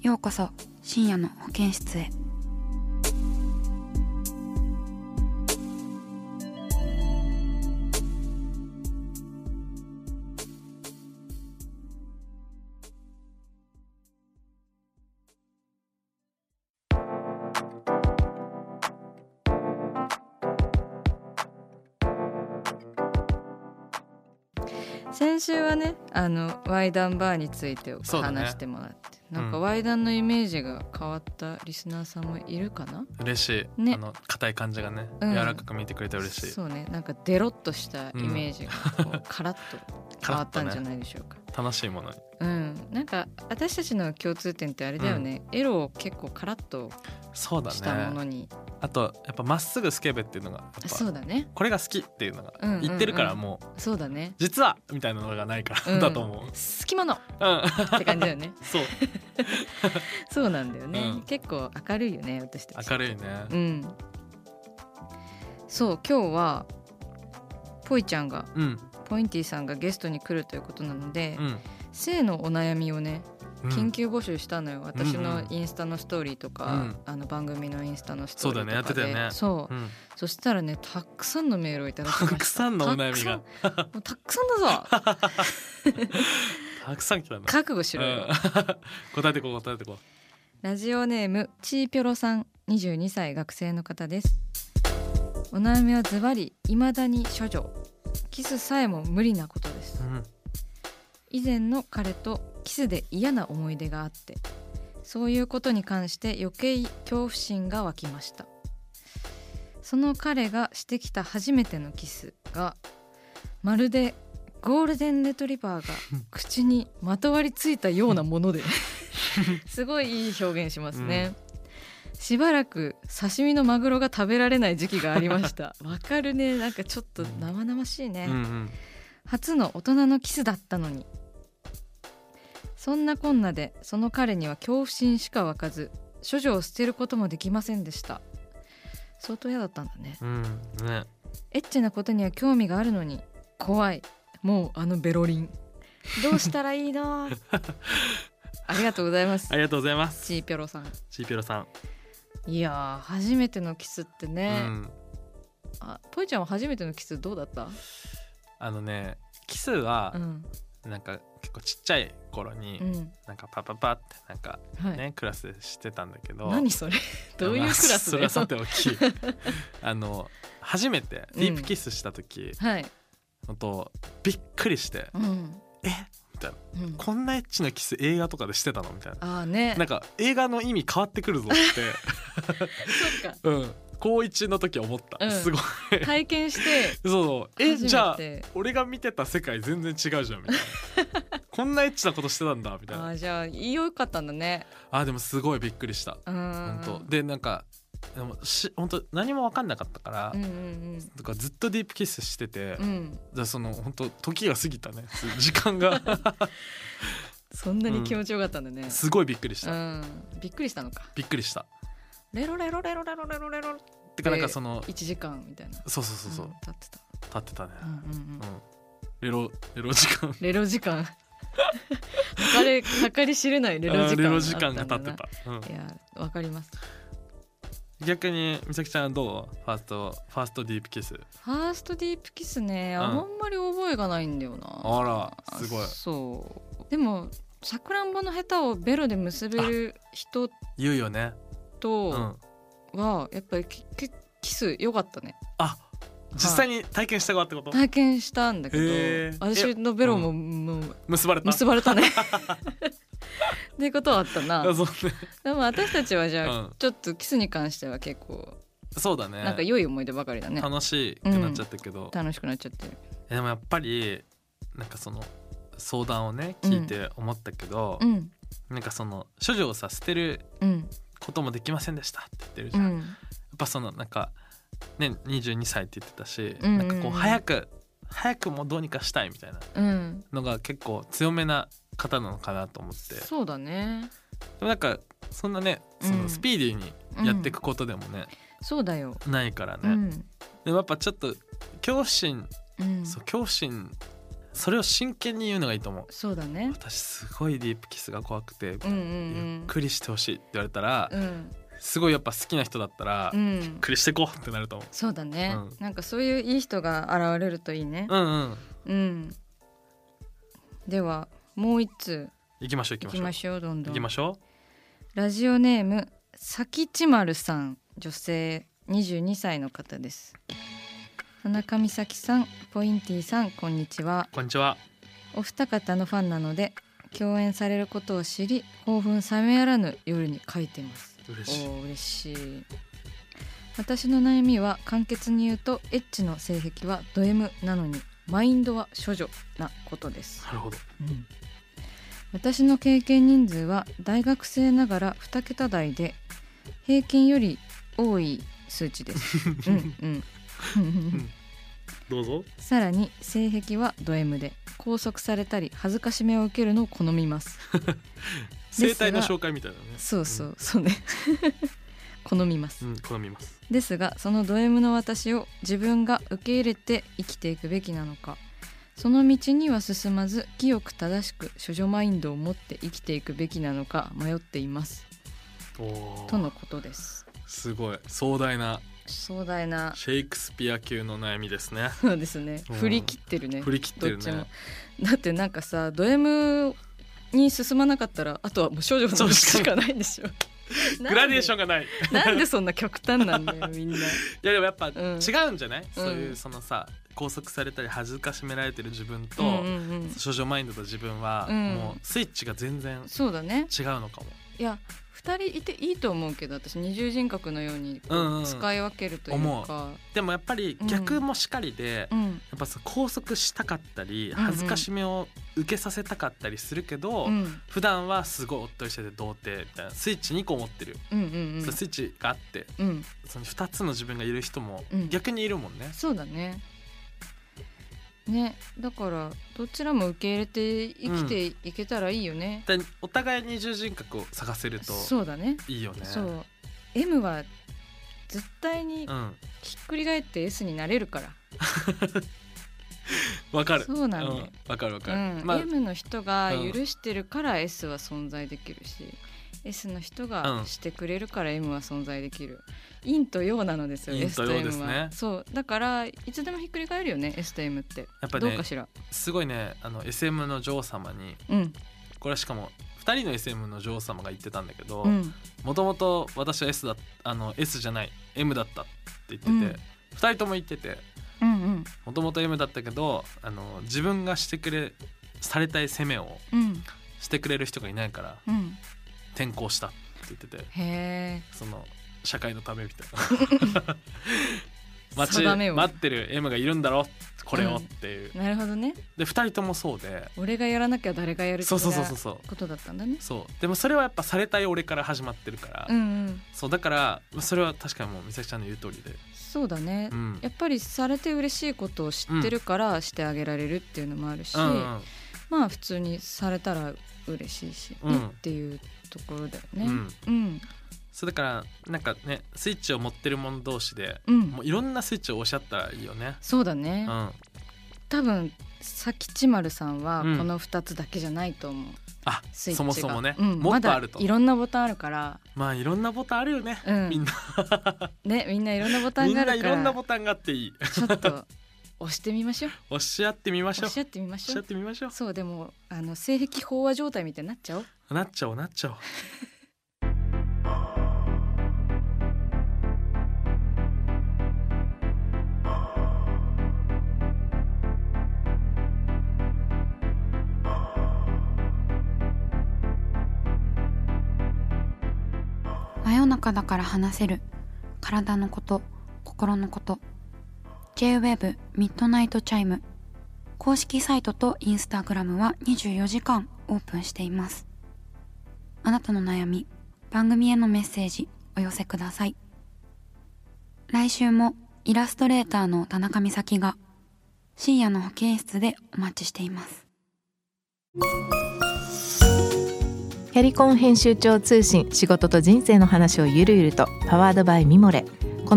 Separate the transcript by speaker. Speaker 1: ようこそ深夜の保健室へ
Speaker 2: 先週はねあのワイダンバーについて
Speaker 3: そうだね
Speaker 2: 話してもらって、なんか
Speaker 3: うん
Speaker 2: ワイダンのイメージが変わったリスナーさんもいるかな、
Speaker 3: 嬉しい、
Speaker 2: ね
Speaker 3: あの硬い感じがね、
Speaker 2: うん
Speaker 3: 柔らかく見てくれて嬉しい
Speaker 2: そうねなんかデロッとしたイメージがこ うカラッと変わったんじゃないでしょうか。
Speaker 3: 楽しいものに
Speaker 2: うん、なんか私たちの共通点ってあれだよね、エロを結構カラッと
Speaker 3: そうだ
Speaker 2: したもの
Speaker 3: ね
Speaker 2: に、
Speaker 3: あとやっぱまっすぐスケベっていうのがやっぱ
Speaker 2: そうだね
Speaker 3: これが好きっていうのが
Speaker 2: うんうんうん
Speaker 3: 言ってるからもう
Speaker 2: そうだね
Speaker 3: 実はみたいなのがないか
Speaker 2: う
Speaker 3: ら
Speaker 2: ん
Speaker 3: だと思う、うん、
Speaker 2: 隙間のって感じだよね
Speaker 3: そう
Speaker 2: そうなんだよね、
Speaker 3: うん
Speaker 2: 結構明るいよね私たち
Speaker 3: 明るいね
Speaker 2: うんそう今日はぽいちゃんが
Speaker 3: うん
Speaker 2: ポインティさんがゲストに来るということなので、
Speaker 3: うん、
Speaker 2: 性のお悩みをね
Speaker 3: うん
Speaker 2: 緊急募集したのよ、私
Speaker 3: う
Speaker 2: の
Speaker 3: ん
Speaker 2: インスタのストーリーとか、
Speaker 3: うん
Speaker 2: あの番組のインスタのストーリーとかで
Speaker 3: そうだねやってたよね
Speaker 2: そう
Speaker 3: うん、
Speaker 2: そしたらねたくさんのメールをいただきました
Speaker 3: たくさんのお悩み
Speaker 2: た
Speaker 3: が
Speaker 2: くさんもうたくさんだ ぞ
Speaker 3: たくさん来たんだ
Speaker 2: 覚悟しろよ、
Speaker 3: うん答えてこう答えてこ
Speaker 2: ラジオネームちーぴょろさん22歳学生の方ですお悩みはズバリ未だに処女キスさえも無理なことです
Speaker 3: う、うん、
Speaker 2: 以前の彼とキスで嫌な思い出があってそういうことに関して余計恐怖心が湧きましたその彼がしてきた初めてのキスがまるでゴールデンレトリバー が口にまとわりついたようなものですごいいい表現しますね、しばらく刺身のマグロが食べられない時期がありましたわかるねなんかちょっと生々しいね、
Speaker 3: うんうん
Speaker 2: 初の大人のキスだったのにそんなこんなでその彼には恐怖心しか湧かず処女を捨てることもできませんでした相当嫌だったんだね
Speaker 3: うんね
Speaker 2: エッチなことには興味があるのに怖いもうあのベロリンどうしたらいいの ありがとうございます
Speaker 3: ありがとうございます
Speaker 2: ちーぴょろさん
Speaker 3: ちーぴろさん、
Speaker 2: いやー初めてのキスってね、
Speaker 3: うん、
Speaker 2: あぽいちゃんは初めてのキスどうだった
Speaker 3: あのねキスは
Speaker 2: うん
Speaker 3: なんか結構ちっちゃい頃に
Speaker 2: うん
Speaker 3: なんかパパパってなんか
Speaker 2: はい、
Speaker 3: ねクラスでしてたんだけど
Speaker 2: 何それどういうクラ
Speaker 3: まあ
Speaker 2: ス
Speaker 3: そ
Speaker 2: だ
Speaker 3: れ
Speaker 2: よ
Speaker 3: はさて おきあの初めてディープキスした時
Speaker 2: はい。
Speaker 3: のとびっくりして
Speaker 2: うん。
Speaker 3: えみたいな
Speaker 2: うん、
Speaker 3: こんなエッチなキス映画とかでしてたのみたいな
Speaker 2: ああね。
Speaker 3: なんか映画の意味変わってくるぞっ
Speaker 2: そっか。
Speaker 3: て うん高一の時思った、
Speaker 2: うん
Speaker 3: すごい
Speaker 2: 体験して。
Speaker 3: そうえ
Speaker 2: 初めて
Speaker 3: じゃあ俺が見てた世界全然違うじゃんみたい なこんなエッチなことしてたんだみたい
Speaker 2: あ
Speaker 3: な
Speaker 2: あじゃあ良かったんだね。
Speaker 3: あーでもすごいびっくりした
Speaker 2: うん。
Speaker 3: 本当でなんかでもし本当何も分かんなかったから、
Speaker 2: うんうん
Speaker 3: とかずっとディープキスしてて、
Speaker 2: うん。うん。
Speaker 3: じゃあその本当時が過ぎたね 時間が
Speaker 2: そんなに気持ちよかったんだね。
Speaker 3: すごいびっくりし
Speaker 2: う
Speaker 3: た、
Speaker 2: ん。びっくりしたのか。
Speaker 3: びっくりした
Speaker 2: レロレロレロレロレロレロ。
Speaker 3: てかなんかその、
Speaker 2: 一時間みたいな。
Speaker 3: そうそうそうそう、
Speaker 2: ん経ってた。
Speaker 3: 立ってたね、
Speaker 2: うんうんうん
Speaker 3: うん。レロレロ時 間
Speaker 2: レロ時 間。計れ計り知れないレロ時間。
Speaker 3: レロ時間が経って。た、うん
Speaker 2: いやわかります。
Speaker 3: 逆に美咲ちゃんはどうファーストファーストディープキス
Speaker 2: ファーストディープキスね、
Speaker 3: うん
Speaker 2: あんまり覚えがないんだよな。
Speaker 3: あらすごい
Speaker 2: そうでもさくらんぼのヘタをベロで結べる人
Speaker 3: 言うよねう
Speaker 2: と
Speaker 3: ん
Speaker 2: はやっぱりキキキス良かったね
Speaker 3: あ実際に体験した側ってこと、
Speaker 2: 体験したんだけど、
Speaker 3: へー
Speaker 2: 私のベロも,、
Speaker 3: う
Speaker 2: もう
Speaker 3: 結ばれた
Speaker 2: 結ばれたねっていうことはあったな
Speaker 3: あそうね
Speaker 2: でも私たちはじゃあ、
Speaker 3: うん
Speaker 2: ちょっとキスに関しては結構
Speaker 3: そうだね
Speaker 2: なんか良い思い出ばかりだね
Speaker 3: 楽しくなっちゃったけど、
Speaker 2: 楽しくなっちゃってる
Speaker 3: えでもやっぱりなんかその相談をね聞いて思ったけど、
Speaker 2: うん
Speaker 3: なんかその処女をさ捨てる
Speaker 2: うん
Speaker 3: こともできませんでしたって言ってるじ
Speaker 2: う
Speaker 3: ゃん、や
Speaker 2: ん
Speaker 3: っぱそのなんかね22歳って言ってたし、
Speaker 2: うんうん
Speaker 3: なんかこう早く早くもうどうにかしたいみたいな
Speaker 2: うん
Speaker 3: のが結構強めな方なのかなと思ってで
Speaker 2: そうだね
Speaker 3: もなんかそんなねそうの
Speaker 2: ん
Speaker 3: スピーディーにやっていくことでもね、
Speaker 2: そうだよ、
Speaker 3: ないからね、
Speaker 2: うん
Speaker 3: でもやっぱちょっと恐怖心、
Speaker 2: うんそう
Speaker 3: そ恐怖心それを真剣に言うのがいいと思う
Speaker 2: うだね
Speaker 3: 私すごいディープキスが怖くて、
Speaker 2: うんう
Speaker 3: ゆっ
Speaker 2: ん
Speaker 3: くりしてほしいって言われたら、
Speaker 2: うんうん
Speaker 3: すごいやっぱ好きな人だったら、
Speaker 2: う
Speaker 3: ゆっ
Speaker 2: ん
Speaker 3: くりしてこうってなると思う
Speaker 2: そうだね、
Speaker 3: うん
Speaker 2: なんかそういういい人が現れるといいね
Speaker 3: うんうん
Speaker 2: うん、ではもう一通
Speaker 3: 行きましょ
Speaker 2: い
Speaker 3: う行
Speaker 2: き
Speaker 3: きま
Speaker 2: ま
Speaker 3: し
Speaker 2: しょうどん
Speaker 3: ょ
Speaker 2: ど
Speaker 3: う行
Speaker 2: ん
Speaker 3: きましょ
Speaker 2: ラジオネームさきちまるさん女性22歳の方です田中美咲さんポインティさんこんにちは
Speaker 3: うこんにちは
Speaker 2: お二方のファンなので共演されることを知り興奮冷めやらぬ夜に書いてます
Speaker 3: 嬉しい
Speaker 2: おー嬉しい私の悩みは簡潔に言うとエッチの性癖はド M なのにマインドは処女なことです
Speaker 3: なるほど
Speaker 2: 私の経験人数は大学生ながら2桁台で平均より多い数値です。 うんうん
Speaker 3: どうぞ
Speaker 2: さらに性癖はド M で拘束されたり恥ずかしめを受けるのを好みます。
Speaker 3: 生態の紹介みたいなね
Speaker 2: そうそう そうね好みます
Speaker 3: う。ん、うん好みます
Speaker 2: ですがそのド M の私を自分が受け入れて生きていくべきなのかその道には進まず清く正しく処女マインドを持って生きていくべきなのか迷っています
Speaker 3: おー
Speaker 2: とのことです
Speaker 3: すごい壮大な
Speaker 2: 壮大な
Speaker 3: シェイクスピア級の悩みですね
Speaker 2: そうですね
Speaker 3: うん
Speaker 2: 振り切ってるね
Speaker 3: 振り切って
Speaker 2: ど
Speaker 3: る
Speaker 2: っち
Speaker 3: ね
Speaker 2: もだってなんかさド M に進まなかったらあとはもう少女の
Speaker 3: そう
Speaker 2: 道しかないんでしょ
Speaker 3: グラデーション
Speaker 2: ン
Speaker 3: がないい
Speaker 2: なんでそんな極端なんだよみん な
Speaker 3: やでもやっぱ違
Speaker 2: ん
Speaker 3: うんじゃない、そういうそのさ拘束されたり恥ずかしめられてる自分と、
Speaker 2: うんうんうん
Speaker 3: 少女マインドと自分は、
Speaker 2: うん
Speaker 3: もうスイッチが全然
Speaker 2: そうだね
Speaker 3: 違うのかも
Speaker 2: いや2人いていいと思うけど私二重人格のようにこう
Speaker 3: うんうん
Speaker 2: 使い分けるというか、
Speaker 3: でもやっぱり逆もしかりで、
Speaker 2: うん
Speaker 3: やっぱその拘束したかったり
Speaker 2: んうん
Speaker 3: 恥ずかしめを受けさせたかったりするけど、
Speaker 2: うん
Speaker 3: 普段はすごいおっとりしてて童貞みたいなスイッチ2個持ってる、
Speaker 2: うんうん
Speaker 3: そのスイッチがあって
Speaker 2: うんうん
Speaker 3: その2つの自分がいる人も
Speaker 2: うん
Speaker 3: 逆にいるもんね、
Speaker 2: そうだねねだからどちらも受け入れて生きていけたらいいよね、
Speaker 3: だお互い二重人格を探せると
Speaker 2: そうだね
Speaker 3: いいよね
Speaker 2: そう M は絶対に
Speaker 3: うん
Speaker 2: ひっくり返って S になれるから、
Speaker 3: わかる
Speaker 2: そうなんだよ
Speaker 3: うんわかるわか
Speaker 2: うん
Speaker 3: る、まあ
Speaker 2: M の人が
Speaker 3: うん
Speaker 2: 許してるから S は存在できるし、S の人
Speaker 3: う
Speaker 2: が
Speaker 3: ん
Speaker 2: してくれるから M は存在できる、陰と陽なのですよ
Speaker 3: 陰
Speaker 2: S
Speaker 3: と
Speaker 2: と
Speaker 3: 陽
Speaker 2: M は
Speaker 3: ですね
Speaker 2: そうだからいつでもひっくり返るよね S と M って
Speaker 3: っぱね
Speaker 2: どうかしら
Speaker 3: すごいねあの SM の女王様に
Speaker 2: うん
Speaker 3: これはしかも2人の SM の女王様が言ってたんだけど
Speaker 2: うん
Speaker 3: もともと私は S, だあの S じゃない M だったって言ってて、
Speaker 2: うん
Speaker 3: 2人とも言ってて
Speaker 2: うんうん
Speaker 3: もともと M だったけどあの自分がしてくれされたい攻めを
Speaker 2: うん
Speaker 3: してくれる人がいないから
Speaker 2: うん
Speaker 3: 転校したって言ってて
Speaker 2: へえ
Speaker 3: その社会のためみたい な
Speaker 2: 定め
Speaker 3: 待
Speaker 2: を
Speaker 3: 待ってる M がいるんだろこれ
Speaker 2: うん
Speaker 3: をっていう、
Speaker 2: なるほどね
Speaker 3: で2人ともそうで
Speaker 2: 俺がやらなきゃ誰がやる
Speaker 3: そうそうそう
Speaker 2: 的
Speaker 3: そう
Speaker 2: な
Speaker 3: そう
Speaker 2: ことだったんだね
Speaker 3: そうでもそれはやっぱされたい俺から始まってるから、
Speaker 2: うんうん
Speaker 3: そうだからそれは確かにもう美咲ちゃんの言う通りで、
Speaker 2: そうだね、
Speaker 3: うん、
Speaker 2: やっぱりされて嬉しいことを知ってるからしてあげられるっていうのもあるし、
Speaker 3: うんうん
Speaker 2: まあ普通にされたら嬉しいし、ね
Speaker 3: うん
Speaker 2: っていうところだよね。
Speaker 3: う
Speaker 2: うん
Speaker 3: ん、
Speaker 2: うん
Speaker 3: そうだからなんかねスイッチを持ってる者同士でもういろんなスイッチを押し合ったらいいよね。
Speaker 2: そうだね
Speaker 3: う、ん、
Speaker 2: 多分さきちまるさんは
Speaker 3: うん
Speaker 2: この2つだけじゃないと思う、
Speaker 3: あ
Speaker 2: スイッチが
Speaker 3: そもそもね、
Speaker 2: うん
Speaker 3: もっとあると
Speaker 2: まだいろんなボタンあるから、
Speaker 3: まあいろんなボタンあるよね、
Speaker 2: うん、
Speaker 3: みん
Speaker 2: ねみんないろんなボタ
Speaker 3: み
Speaker 2: ン
Speaker 3: ん
Speaker 2: があ
Speaker 3: ない
Speaker 2: る
Speaker 3: い
Speaker 2: か
Speaker 3: ろんな
Speaker 2: ら
Speaker 3: ボタンがあっていい
Speaker 2: ちょっと押してみましょう
Speaker 3: おっしゃってみましょう
Speaker 2: 押し合っ
Speaker 3: おっ
Speaker 2: てみまし
Speaker 3: し
Speaker 2: ょ
Speaker 3: ゃ
Speaker 2: う
Speaker 3: ってみましょ
Speaker 2: そうでもあの性癖飽和状態みたいになっちゃおう
Speaker 3: うなっちゃおうなっちゃおう
Speaker 1: 真夜中だから話せる体のこと心のこと JWEB ミッドナイトチャイム公式サイトとインスタグラムは24時間オープンしていますあなたの悩み番組へのメッセージお寄せください来週もイラストレーターの田中美咲が深夜の保健室でお待ちしています
Speaker 4: キャリコン編集長通信仕事と人生の話をゆるゆるとパワードバイミモレこ